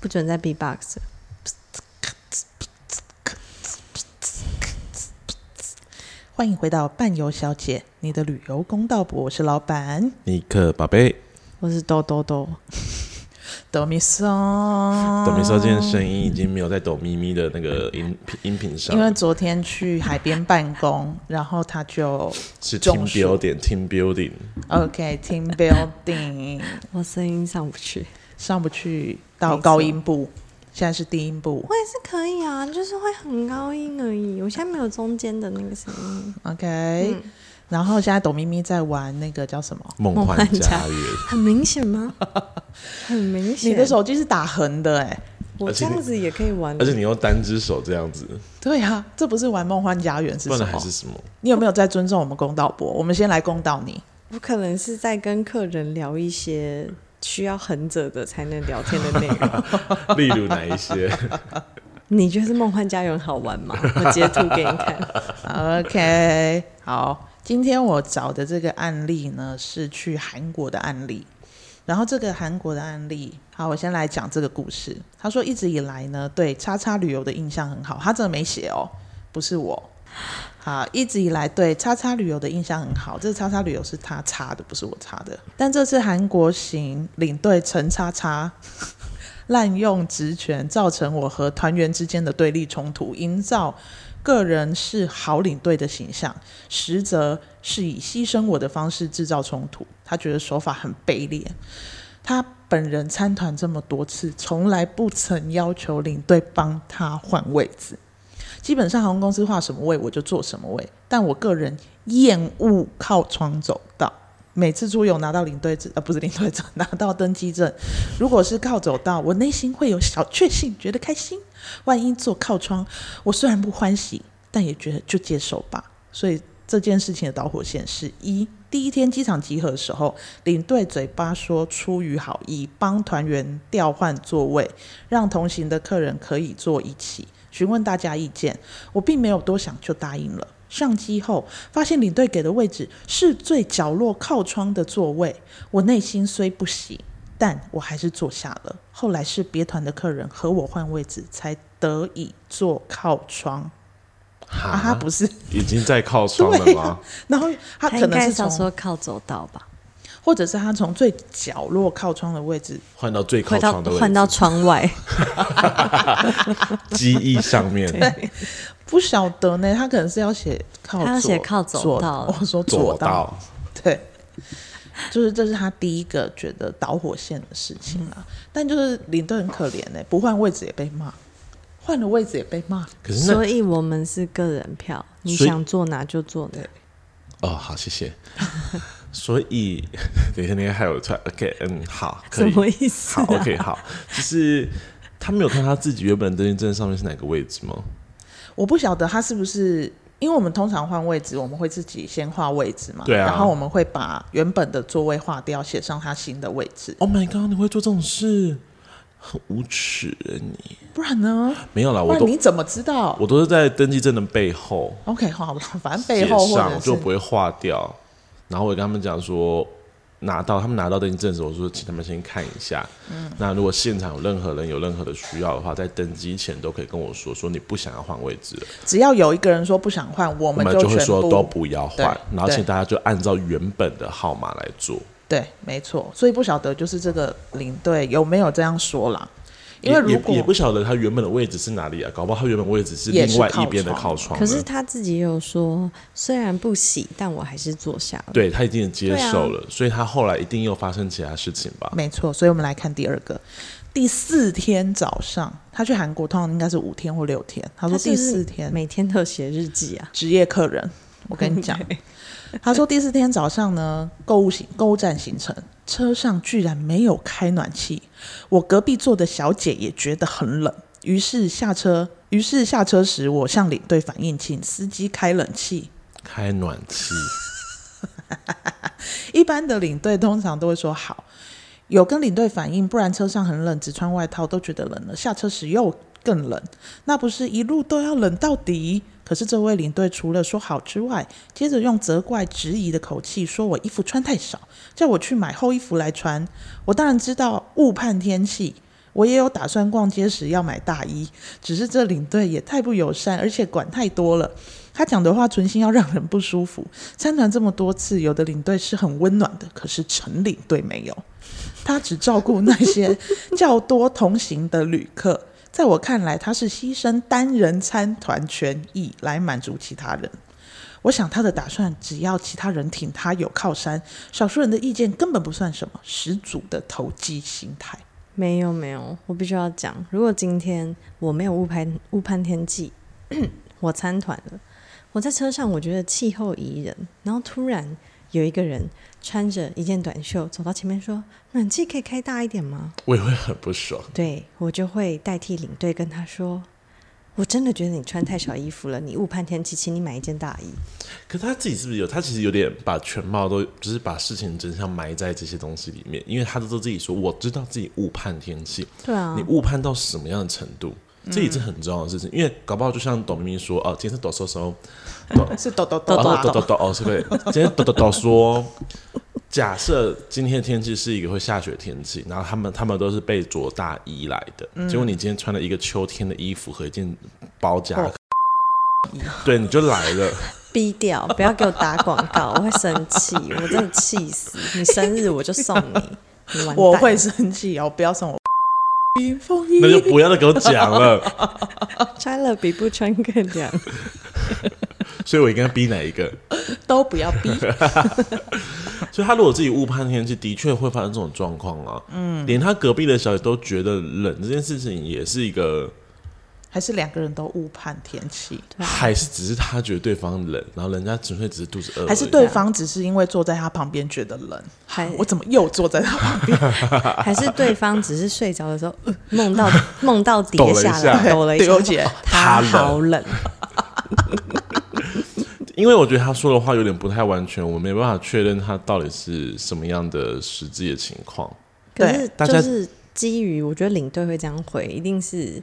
不准再 B-box。欢迎回到伴游小姐，你的旅游公道部，我是老板尼克宝贝，我是豆豆豆，哆咪嗦。啊董明说今天声音已经没有在抖咪咪的那个音音频上，因为昨天去海边办公，然后他就是 team 中暑 building team building， OK team building 我声音上不去。上不去没到错高音部，现在是低音部我。也是可以啊，就是会很高音而已。我现在没有中间的那个声音， OK，、然嗯后现在董咪咪在玩那个叫什么？梦梦幻幻家家园，很明显 吗？很明显。你的手机是打横的哎、我而这且你样子也可以玩而。且你用单只手这样子，对啊，这不是玩梦幻家园是不什然还么？是什么？你有没有在尊重我们公道博？我们先来公道你。我可能是在跟客人聊一些需要横着的才能聊天的内 容。例如哪一 些？你觉得《梦幻家园》好玩吗？我截图给你 看。 OK，好，今天我找的这个案例呢是去韩国的案例。然后这个韩国的案例，好，我先来讲这个故事。他说一直以来呢，对叉叉旅游的印象很好，他真的没写哦，不是我。好，一直以来对叉叉旅游的印象很好，这叉叉旅游是他插的，不是我插的。但这次韩国行领队陈叉叉 滥用职权，造成我和团员之间的对立冲突，营造个人是好领队的形象，实则是以牺牲我的方式制造冲突。他觉得手法很卑劣。他本人参团这么多次，从来不曾要求领队帮他换位置。基本上航空公司画什么位我就坐什么位，但我个人厌恶靠窗走道。每次出游拿到领队证，呃，不是领队证， 拿到登机证，如果是靠走道，我内心会有小确幸，觉得开心。万一坐靠窗，我虽然不欢喜，但也觉得就接受吧。所以这件事情的导火线是一，第一天机场集合的时候，领队嘴巴说出于好意，帮团员调换座位，让同行的客人可以坐一起，询问大家意见。我并没有多想就答应了。上机后，发现领队给的位置是最角落靠窗的座位，我内心虽不喜，但我还是坐下了。后来是别团的客人和我换位置，才得以坐靠窗。啊，他哈，不是，已经在靠窗了对吗？然后他他可应能该是是要从，说靠走道吧，或者是他从最角落靠窗的位置换到最靠换到窗的位置，换到窗外。机翼上面，不晓得呢，他可能是要写靠左，他要写靠走左道我说左左道，道，对，就是这是他第一个觉得导火线的事情啦。但就是领队很可怜呢，不换位置也被骂，换了位置也被骂，可是那所以我们是个人票，你所以想坐哪就坐哪。哦，好，谢谢。所以， 等一下，那个害我出来。OK，嗯，好，可什以。么意思好啊、 ，OK，好，就是他没有看他自己原本登记证上面是哪个位置吗？我不晓得他是不是。因为我们通常换位置，我们会自己先画位置嘛，对啊然后我们会把原本的座位划掉，写上他新的位置， Oh my god！你会做这种事，很无耻欸你。不然呢？没有啦，不我然都你怎么知道我都是在登记证的背后？OK，好了，反正写背后或上，者我是就不会划掉。然后我也跟他们讲说，拿到他们拿到登记证的时候，我说请他们先看一下。嗯那如果现场有任何人有任何的需要的话，在登机前都可以跟我说，说你不想要换位置了，只要有一个人说不想换，我我们们就会全说部都不要换，对然后请对大家就按照原本的号码来做。对，没错。所以不晓得就是这个领队有没有这样说啦？因为也如也也不果晓得他原本的位置是哪里啊，搞不好他原本位置是也是另外靠一边的窗靠窗可呢。是他自己也有说，虽然不喜，但我还是坐下了。对他已经接对啊受了，所以他后来一定又发生其他事情吧？没错，所以我们来看第二个。第四天早上，他去韩国通常应该是五天或六天。他说他是第不是四天每天都有写日记啊。职业客人，我跟你讲，他说第四天早上呢，购物行购物站行程，车上居然没有开暖气，我隔壁坐的小姐也觉得很冷，于是下车，于是下车时我向领队反映，请司机开冷气。开暖气，一般的领队通常都会说好，有跟领队反映，不然车上很冷，只穿外套都觉得冷了，下车时又更冷，那不是一路都要冷到底？可是这位领队除了说好之外，接着用责怪、质疑的口气说我衣服穿太少，叫我去买厚衣服来穿。我当然知道误判天气，我也有打算逛街时要买大衣，只是这领队也太不友善，而且管太多了。他讲的话存心要让人不舒服。参团这么多次，有的领队是很温暖的，可是陈领队没有，他只照顾那些较多同行的旅客。在我看来，他是牺牲单人参团权益来满足其他人。我想他的打算，只要其他人挺他有靠山，少数人的意见根本不算什么，十足的投机心态。没有没有，我必须要讲，如果今天我没有误判误判天气， 我参团了，我在车上我觉得气候宜人，然后突然有一个人穿着一件短袖走到前面说：“暖气可以开大一点吗我也会很不爽。？”对我就会代替领队跟他说。我真的觉得你穿太少衣服了，你误判天气，请你买一件大衣。可他自己是不是有？他其实有点把全貌都，就是把事情真相埋在这些东西里面，因为他都自己说，我知道自己误判天气，对哦啊你误判到什么样的程度，嗯这也是很重要的事情。因为搞不好就像董明明说，哦，今天是抖收收，是抖抖抖抖抖抖抖抖抖，哦，是 对，今天抖抖抖说，假设今天的天气是一个会下雪的天气，然后他们他们都是被着大衣来的，嗯结果你今天穿了一个秋天的衣服和一件包夹哦克， 对，你就来了。 逼掉，不要给我打广告，我会生 气，我真的气死！你生日我就送你，你完蛋我会生气哦，不要送我冰风衣那就不要再给我讲 了。穿了比不穿更 凉。所以我应该逼哪一个？都不要逼。所以他如果自己误判天气，的确会发生这种状况啊。嗯，连他隔壁的小姐都觉得冷，这件事情也是一个，还是两个人都误判天气，还是只是他觉得对方冷，然后人家纯粹只是肚子饿而已，还是对方只是因为坐在他旁边觉得冷，还我怎么又坐在他旁边？还是对方只是睡着的时候呃梦到梦到抖跌了一下下来，抖了一丢下，姐， 他他冷好冷，因为我觉得他说的话有点不太完全，我没办法确认他到底是什么样的实际的情况。可对是大就家是基于我觉得领队会这样回，一定是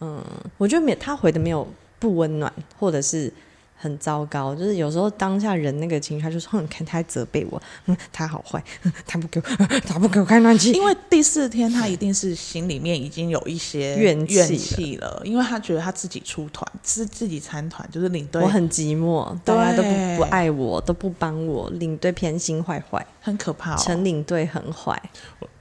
嗯，我觉得没他回的没有不温暖，或者是。很糟糕，就是有时候当下人那个情绪，他就说：“你 看，他还责备我，嗯，他好坏， 嗯他不给我， 他不给我开暖气，因为第四天他一定是心里面已经有一些怨气怨气了，因为他觉得他自己出团是自己参团，就是领队我很寂寞，大家都不对不爱我，都不帮我，领队偏心坏坏，很可怕、哦。陈领队很坏，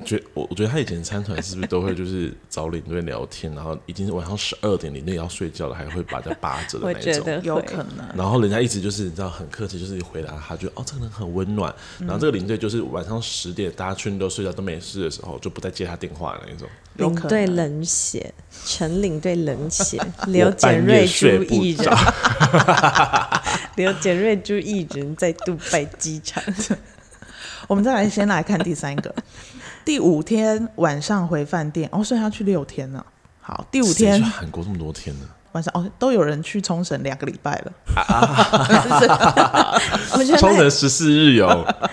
觉我我觉得他以前参团是不是都会就是找领队聊天，然后已经是晚上十二点，领队也要睡觉了，还会把他扒着的那我一种。觉得有会可能，然后人家一直就是你知道很客气，就是回答他，就哦这个人很温暖。然后这个领队就是晚上十点大家全都睡觉都没事的时候，就不再接他电话的那一种。有领可队能冷血，陈领队冷 血，刘我简半瑞夜珠睡不艺人着， 刘简瑞珠艺人在杜拜机场， 我们再来先来看第三个，第五天晚上回饭店，哦，所以他去六天了。好，第五谁天去韩国这么多天呢？晚上哦，都有人去冲绳两个礼拜了。我觉冲得绳十四日 游，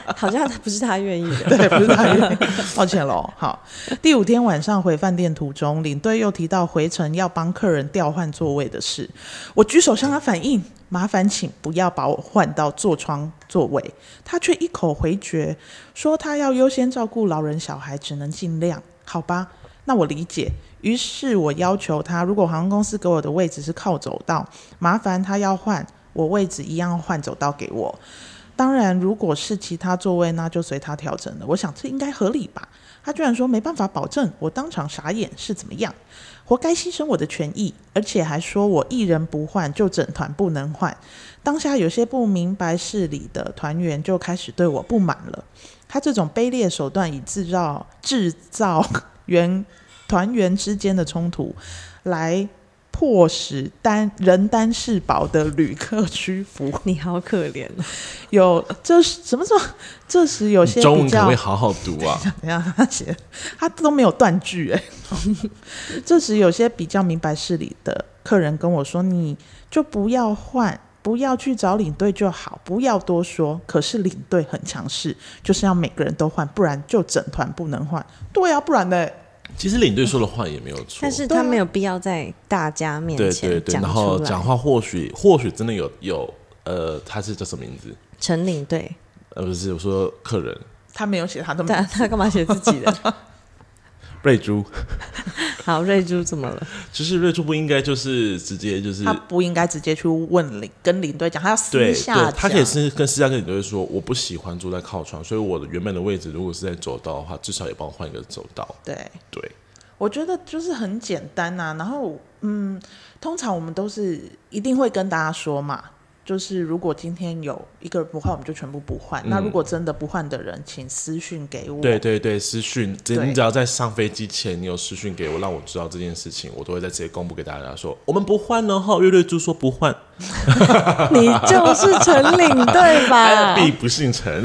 那好像他不是他愿意 的，对，不是太远，抱歉喽。好，第五天晚上回饭店途中，领队又提到回程要帮客人调换座位的事，我举手向他反映，麻烦请不要把我换到座窗座位，他却一口回绝，说他要优先照顾老人小孩，只能尽量，好吧？那我理解。于是我要求他，如果航空公司给我的位置是靠走道，麻烦他要换，我位置一样换走道给我。当然，如果是其他座位，那就随他调整了。我想这应该合理吧？他居然说没办法保证，我当场傻眼是怎么样？活该牺牲我的权益，而且还说我一人不换就整团不能换。当下有些不明白事理的团员就开始对我不满了。他这种卑劣手段以制造制造员团员之间的冲突，来迫使单人单势薄的旅客屈服。你好可怜啊哦，有这是什么时候？ 这时有些你中比文可较不 可以好好读啊？怎样？他写他都没有断句哎、 这时有些比较明白事理的客人跟我说：“你就不要换，不要去找领队就好，不要多说。”可是领队很强势，就是要每个人都换，不然就整团不能换。对啊，不然呢？其实领队说的话也没有错但，是对啊他没有必要在大家面对对前对，讲然后出讲来。话或许或许真的有有呃，他是叫什么名字？陈领队，呃，不是，我说客人 他没有写他的名对啊，他干嘛写自己的？瑞珠， 好，瑞珠怎么 了？就是瑞珠不应该就是直接就是他不应该直接去问领跟领队讲，他要私对下讲对，。他可以是跟私下跟你都会说，我不喜欢坐在靠窗，所以我的原本的位置如果是在走道的话，至少也帮我换一个走道。对，对，我觉得就是很简单呐、然后，嗯，通常我们都是一定会跟大家说嘛，就是如果今天有一个人不换，我们就全部不换。那如果真的不换的人，请私讯给我。嗯对对对，私讯，只对你只要在上飞机前你有私讯给我，让我知道这件事情，我都会再直接公布给大家说，我们不换了哈。月瑞珠说不换，你就是陈领队嗯吧？必不姓陈。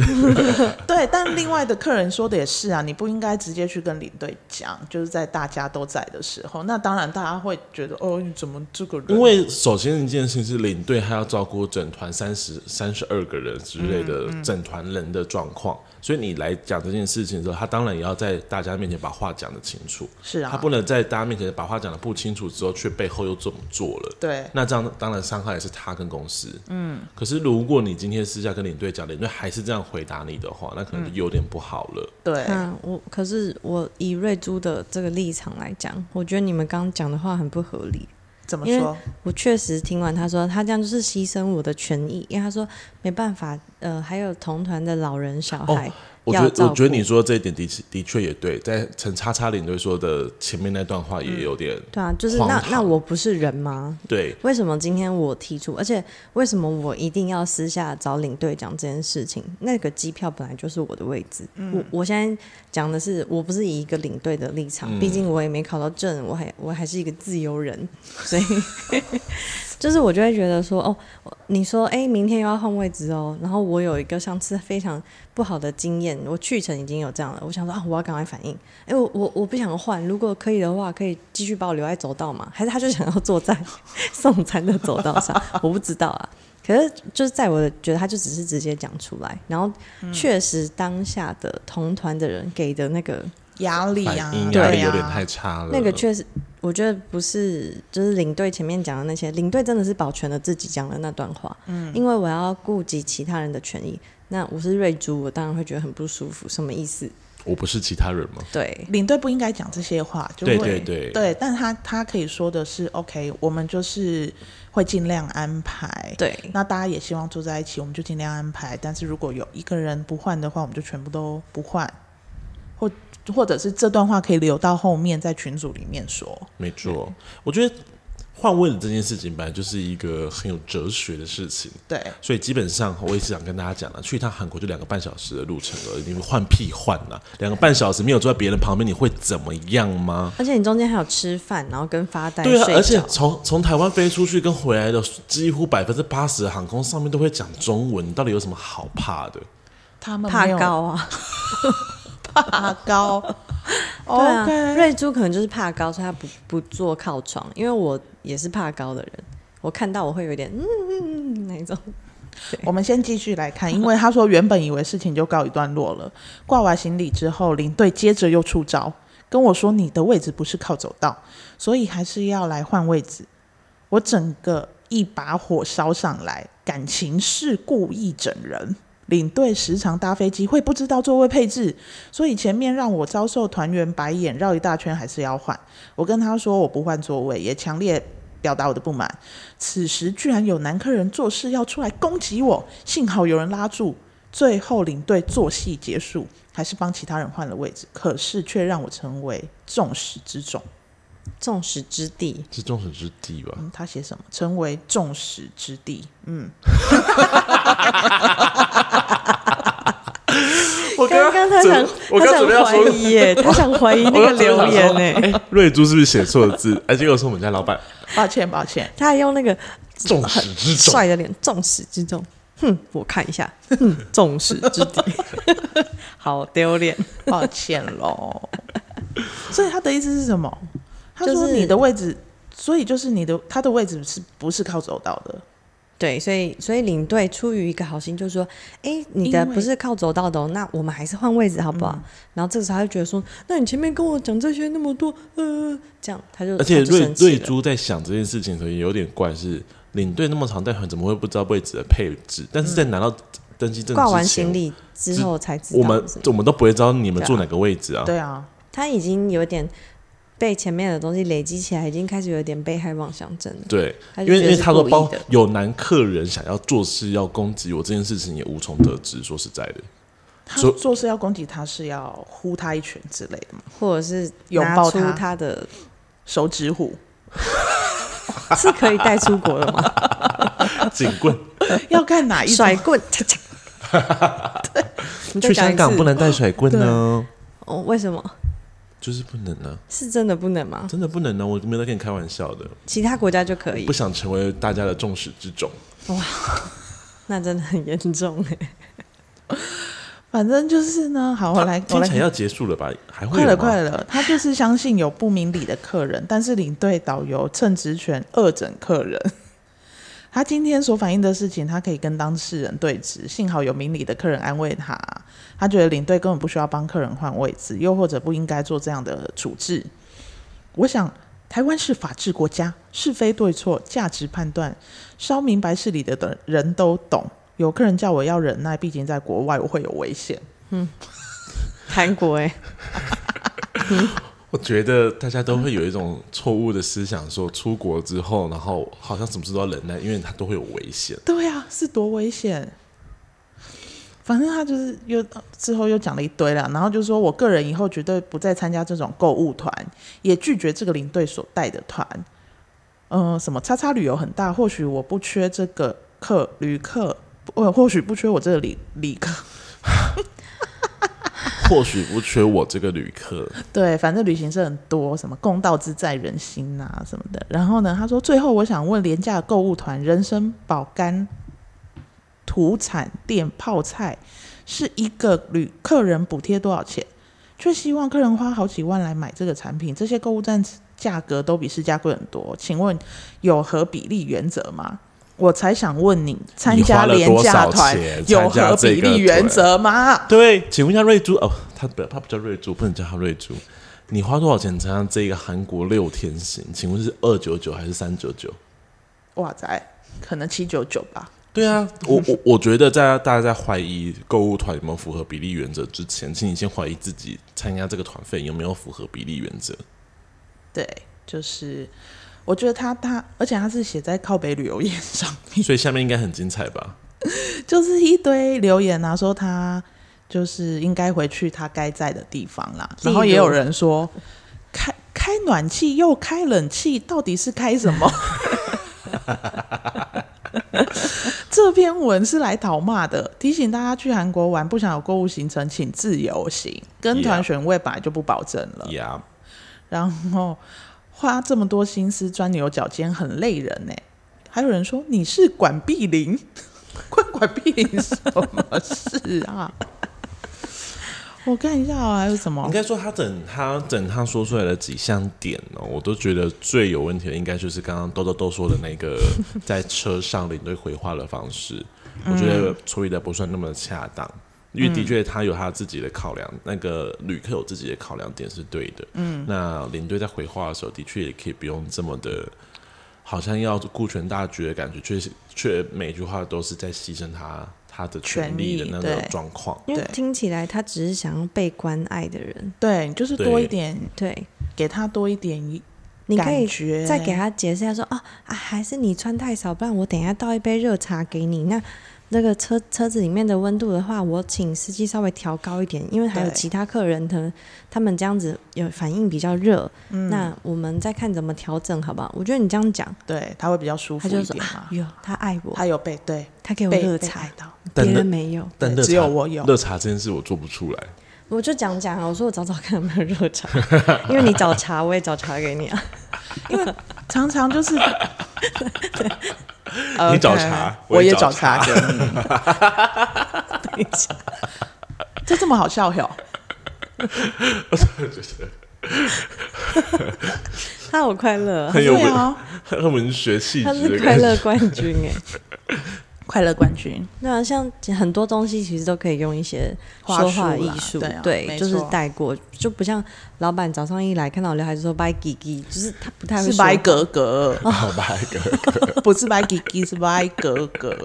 对，但另外的客人说的也是啊，你不应该直接去跟领队讲，就是在大家都在的时候。那当然，大家会觉得哦，你怎么这个人？因为首先一件事情是领队他要照顾整团三十三十二个人之类嗯的整团人的状况，所以你来讲这件事情的时候，他当然也要在大家面前把话讲得清楚。是啊，他不能在大家面前把话讲得不清楚之后，却背后又这么做了。对那这样当然伤害的是他跟公司。嗯，可是如果你今天私下跟领队讲，领队还是这样回答你的话，那可能就有点不好嗯了。对，那我可是我以瑞珠的这个立场来讲，我觉得你们刚刚讲的话很不合理。怎么因为说？我确实听完他说，他这样就是牺牲我的权益，因为他说没办法，呃，还有同团的老人小孩，我要觉得，照我觉得顾你说这一点的确的确也对，在陈叉叉领队说的前面那段话也有点、对啊，就是荒那唐那我不是人吗？对。为什么今天我提出，而且为什么我一定要私下找领队讲这件事情？那个机票本来就是我的位置，我我现在讲的是，我不是以一个领队的立场，毕竟我也没考到证，我还我还是一个自由人， 所以就是我就会觉得说，哦，你说哎、明天又要换位置哦，然后我有一个上次非常不好的经验，我去程已经有这样了，我想说啊，我要赶快反应，哎、我我我不想换，如果可以的话，可以继续把我留在走道嘛，还是他就想要坐在送餐的走道上， 我不知道啊。可是就是在我的觉得，他就只是直接讲出来，然后确实当下的同团的人给的那个呃压力反呀、应对啊压呀、力有点太差了。啊那个确实，我觉得不是，就是领队前面讲的那些，领队真的是保全了自己讲的那段话。嗯，因为我要顾及其他人的权益，那我是瑞珠，我当然会觉得很不舒服。什么意思？我不是其他人吗？对，领队不应该讲这些话，就对会对对但他他可以说的是，OK，我们就是会尽量安排。对，那大家也希望坐在一起，我们就尽量安排。但是如果有一个人不换的话，我们就全部都不换，或或者是这段话可以留到后面在群组里面说。没错，我觉得换位置这件事情本来就是一个很有哲学的事情，对，所以基本上我也是想跟大家讲啊了，去一趟韩国就两个半小时的路程了，你们换屁换呐、两个半小时没有坐在别人旁边，你会怎么样吗？而且你中间还有吃饭，然后跟发呆、对啊，睡而且觉。从从台湾飞出去跟回来的，几乎百分之八十的航空上面都会讲中文，你到底有什么好怕的？他们怕没有 高啊，怕高。对啊 OK，瑞珠可能就是怕高，所以他不不坐靠窗，因为我也是怕高的人，我看到我会有点嗯嗯嗯那一种，我们先继续来看，因为他说原本以为事情就告一段落了，挂完行李之后，领队接着又出招，跟我说你的位置不是靠走道，所以还是要来换位置。我整个一把火烧上来，感情是故意整人。领队时常搭飞机会不知道座位配置，所以前面让我遭受团员白眼，绕一大圈还是要换。我跟他说我不换座位，也强烈表达我的不满。此时居然有男客人做事要出来攻击我，幸好有人拉住。最后领队做戏结束，还是帮其他人换了位置，可是却让我成为众矢之的。众矢之的。是众矢之的吧？嗯，他写什么？成为众矢之的。嗯，我刚刚他想，我他刚想准备要怀说，疑 耶，他想怀 疑那我个刚准备留想言欸说呢、哎， 瑞珠是不是写错字？ 哎，结果是我们家老板抱歉，抱歉。他还用那个众矢之的。帅的脸，众矢之众。哼，我看一下，哼，众矢之的， 好丢脸。抱歉喽。所以他的意思是什么？他就说是你的位置，所以就是你的他的位置是不是靠走道的？对，所以所以领队出于一个好心，就说：“哎，你的因为嗯不是靠走道的、哦，那我们还是换位置好不好？”然后这个时候他就觉得说：“那你前面跟我讲这些那么多，呃，这样他就而且他就瑞生气瑞了珠在想这件事情的时候也有点怪是，领队那么长带团，怎么会不知道位置的配置？但是在拿到登机证挂完之前行，李之后才知道我们是吗我们都不会知道你们对啊坐哪个位置啊。对啊，他已经有点被前面的东西累积起来，已经开始有点被害妄想症了。对，他因就为因觉得为是他说故意包的有男客人想要做事要攻击我这件事情也无从得知，说实在的， 他所做事要攻击他是要呼他一拳之类的嘛，或者是拥拿抱出他他的手指虎是可以带出国的 吗？警棍要看哪一种甩 棍，嚓嚓你再去讲一香港次不能带甩棍呢，哦？为什么？就是不能呢、是真的不能吗？真的不能呢、我没有在跟你开玩笑的，其他国家就可以不？想成为大家的众矢之种。那真的很严重哎、反正就是呢，好，我来，我听来起来，要结束了吧？还会快了，有吗快了。他就是相信有不明理的客人，但是领队导游趁职权恶整客人。 他今天所反映的事情，他可以跟当事人对质。幸好有明理的客人安慰他，他觉得领队根本不需要帮客人换位置，又或者不应该做这样的处置。我想，台湾是法治国家，是非对错、价值判断，稍明白事理的的人都懂。有客人叫我要忍耐，毕竟在国外我会有危险。 韩国哎、我觉得大家都会有一种错误的思想，说出国之后，然后好像什么事都要忍耐，因为它都会有危险。 对啊，是多危险。反正他就是又之后又讲了一堆了，然后就说我个人以后绝对不再参加这种购物团，也拒绝这个领队所带的团。嗯、什么叉叉旅游很大，或许我不缺这个客旅客，呃，或许不缺我这个旅旅客。或许不缺我这个旅客，对，反正旅行社很多，什么公道自在人心呐、什么的。然后呢，他说最后我想问廉价购物团人参保肝土产店泡菜是一个旅客人补贴多少钱？却希望客人花好几万来买这个产品，这些购物站价格都比市价贵很多。请问有何比例原则吗？我才想问你，参你花加了廉多价少团钱有参加何这比个例原团则吗？对，请问一下瑞珠哦，他不，他不叫瑞珠，不能叫他瑞珠。你花多少钱参加这个韩国六天行？请问是二九九还是三九九？哇塞，可能七九九吧。对啊，我我我觉得在大家在怀疑购物团有没有符合比例原则之前，请你先怀疑自己参加这个团费有没有符合比例原则。对，就是我觉得他他，而且他是写在靠北旅游业上面， 所以下面应该很精彩吧？就是一堆留言啊，说他就是应该回去他该在的地方啦。然后也有人说，开开暖气又开冷气，到底是开什么？ 这篇文是来讨骂的，提醒大家去韩国玩，不想有购物行程，请自由行。跟团 Yeah 选位本来就不保证了。呀、然后花这么多心思钻牛角尖，很累人呢。还有人说你是管碧玲，关管碧玲什么事啊？ 我看一下啊，还有什么应？该说他整他整他说出来的几项点哦，我都觉得最有问题的应该就是刚刚豆豆豆说的 那个在车上领队回话的方式，嗯我觉得处理的不算那么恰当。因为的确，他有他自己的考量，那个旅客有自己的考量点是对的。嗯，那领队在回话的时候，的确也可以不用这么的，好像要顾全大局的感觉，却是却每句话都是在牺牲他他的权权利益的那个对状况。因为对听起来他只是想要被关爱的人，对，你就是多一点，对，给他多一点你可感以觉，再给他解释一下说哦啊，还是你穿太少，不然我等一下倒一杯热茶给你。那那个车车子里面的温度的话，我请司机稍微调高一点，因为还有对其他客人可能他们这样子有反应比较热，嗯那我们再看怎么调整，好不好？我觉得你这样讲，对他会比较舒服他就一说点啊嘛，。有他爱我，他有被对他给我被热被茶爱，到，但别那人没有。但对热只有茶我有热茶这件事，我做不出来。我就讲讲啊，我说我找找看有没有热茶， 因为你找茶，我也找茶给你啊。常常 就是呃你找 OK，茬我我也也找找茬给你。 等一下，这这么好笑哟？他好快乐、啊，很有对文、啊，很文学气他质的是快感觉。乐冠军哎、快乐冠军。对啊，像很多东西其实都可以用一些说话艺术，话术啦对啊没错就是带过，就不像老板早上一来看到我刘海就说拜吉吉，就是他不太会是说白格格，好吧，一个哦不是白吉吉，是白格格。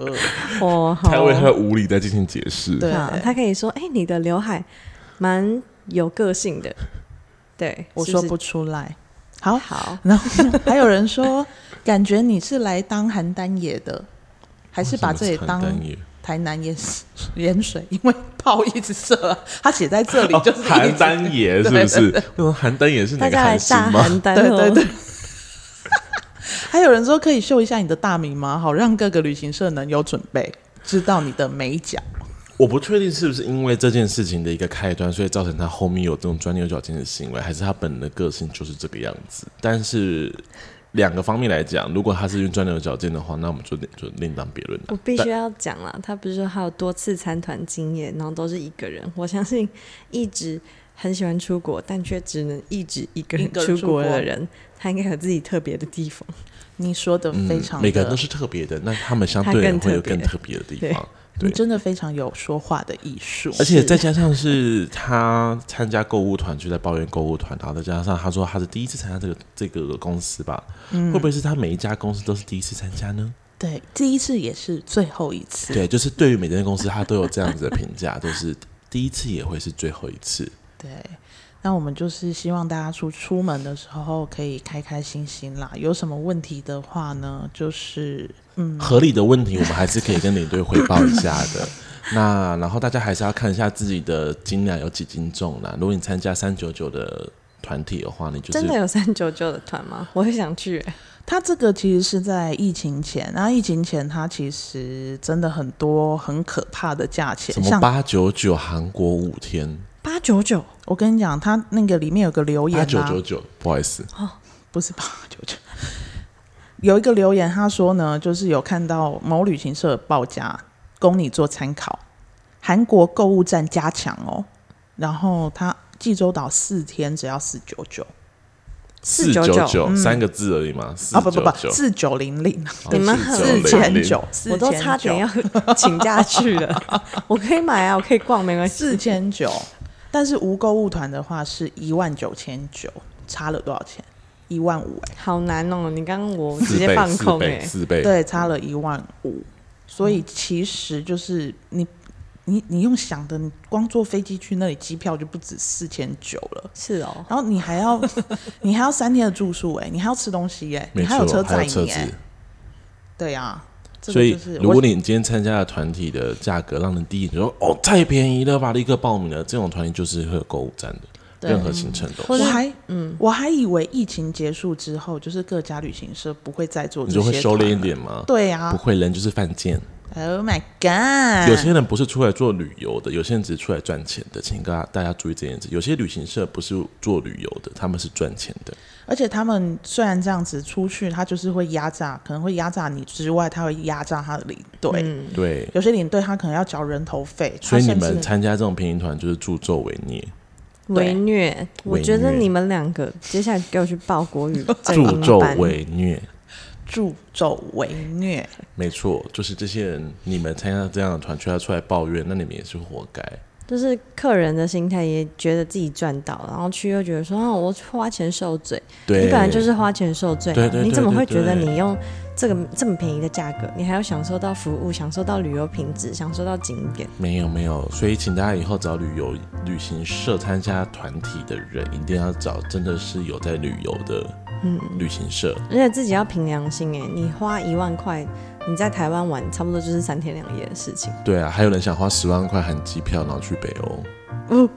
哦，好 他为他的无理在进行解释。对啊，他可以说哎、你的刘海蛮有个性的，对，我是不说是不出来，好，好，然后 还有人说，感觉你是来当邯郸野的，还是把这里当 台南盐水盐水，因为炮一直射啊、他写在这里 哦就是一直邯 郸爷是不是？我说邯郸爷是大哪个家来邯郸炸吗？ 邯郸对哦，对对。还有人说可以秀一下你的大名吗？好让各个旅行社能有准备，知道你的美甲。我不确定是不是因为这件事情的一个开端，所以造成他后面有这种钻牛角尖的行为，还是他本人的个性就是这个样子。但是两个方面来讲，如果他是用钻牛角尖的话，那我们就另就另当别论我了。必须要讲啦，他不是说他有多次参团经验，然后都是一个人。我相信一直很喜欢出国，但却只能一直一个一人个人出出国国的人，他应该有自己特别的地方。你说的非常嗯每个人的，都是特别的，那他们相对他更会有特别更特别的地方。你对，真的非常有说话的艺术。而且再加上是他参加购物团，就在抱怨购物团，然后再加上他说他是第一次参加这个这个公司吧，会不会是他每一家公司都是第一次参加呢？对，第一次也是最后一次。对，就是对于每间公司，他都有这样子的评价，就是第一次也会是最后一次。对，那我们就是希望大家出出门的时候可以开开心心啦。有什么问题的话呢，就是嗯，合理的问题，我们还是可以跟领队汇报一下的。那然后大家还是要看一下自己的斤两有几斤重啦。如果你参加三九九的团体的话，你就是真的有三九九的团吗？我会想去、欸它这个其实是在疫情前，然后疫情前它其实真的很多很可怕的价什钱，么像八九九韩国五天， 八九九我跟你讲，它那个里面有个留言八啊，九九九，不好意思，不是八九九。有一个留言，他说呢，就是有看到某旅行社的报价，供你做参考。韩国购物站加强哦，然后他济州岛四天只要四九九四九499九三个字而已嘛，四啊，不九不不，九，四九零零，你们好很四千九，四我都差点要 请假去了。 我可以买啊，我可以逛，没关系。四千九，但是无购物团的话是一万九千九，差了多少钱？一万五哎，好难哦，你刚刚我直四接倍放四空哎、倍四倍，对，差了一万五，所嗯以其实就是你你你用想的，你光坐飞机去那里，机票就不止四千九了。是哦，然后你还 要，你还要三天的住宿哎、你还要吃东西哎、你没还错，有车还载有车你哎、子。对呀、这所个以就是，我如果你今天参加的团体的价格让人低，你就说哦太便宜了吧，立刻报名了。这种团体就是会有购物站的，对任何行程都或我是是。还嗯，我还以为疫情结束之后，就是各家旅行社不会再做你这就会些收敛团啊一了。点吗？对不呀、会，人就是犯贱。 o h my god！有些人不是出来做旅游的，有些人只是出来赚钱的，请大家大家注意这件事。有些旅行社不是做旅游的，他们是赚钱的。而且他们虽然这样子出去，他就是会压榨，可能会压榨你之外，他会压榨他的领队。对，有些领队他可能要缴人头费，所以你他们甚至参加这种便宜团就是助纣为虐，为虐。我觉得虐你们两个接下来给我去报国语正 助音班纣为虐。助纣为虐。没错，就是这些人，你们参加这样的团，却要出来抱怨，那你们也是活该。就是客人的心态也觉得自己赚到，然后去又觉得说，啊，我花钱受罪。对，你本来就是花钱受罪啊、对对对你怎么会对觉得对你用这个这么便宜的价格，你还要享受到服务，享受到旅游品质，享受到景点？没有没有，所以请大家以后找旅游旅行社参加团体的人，一定要找真的是有在旅游的旅行社。而且自己要凭良心哎、你花一万块，你在台湾玩，差不多就是三天两夜的事情。对啊，还有人想花十万块含机票，然后去北欧。哦，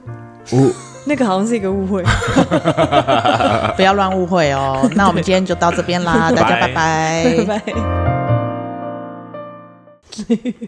哦，那个好像是一个误会。啊不要乱误会哦。那我们今天就 哎到这边啦，大家拜拜拜拜拜。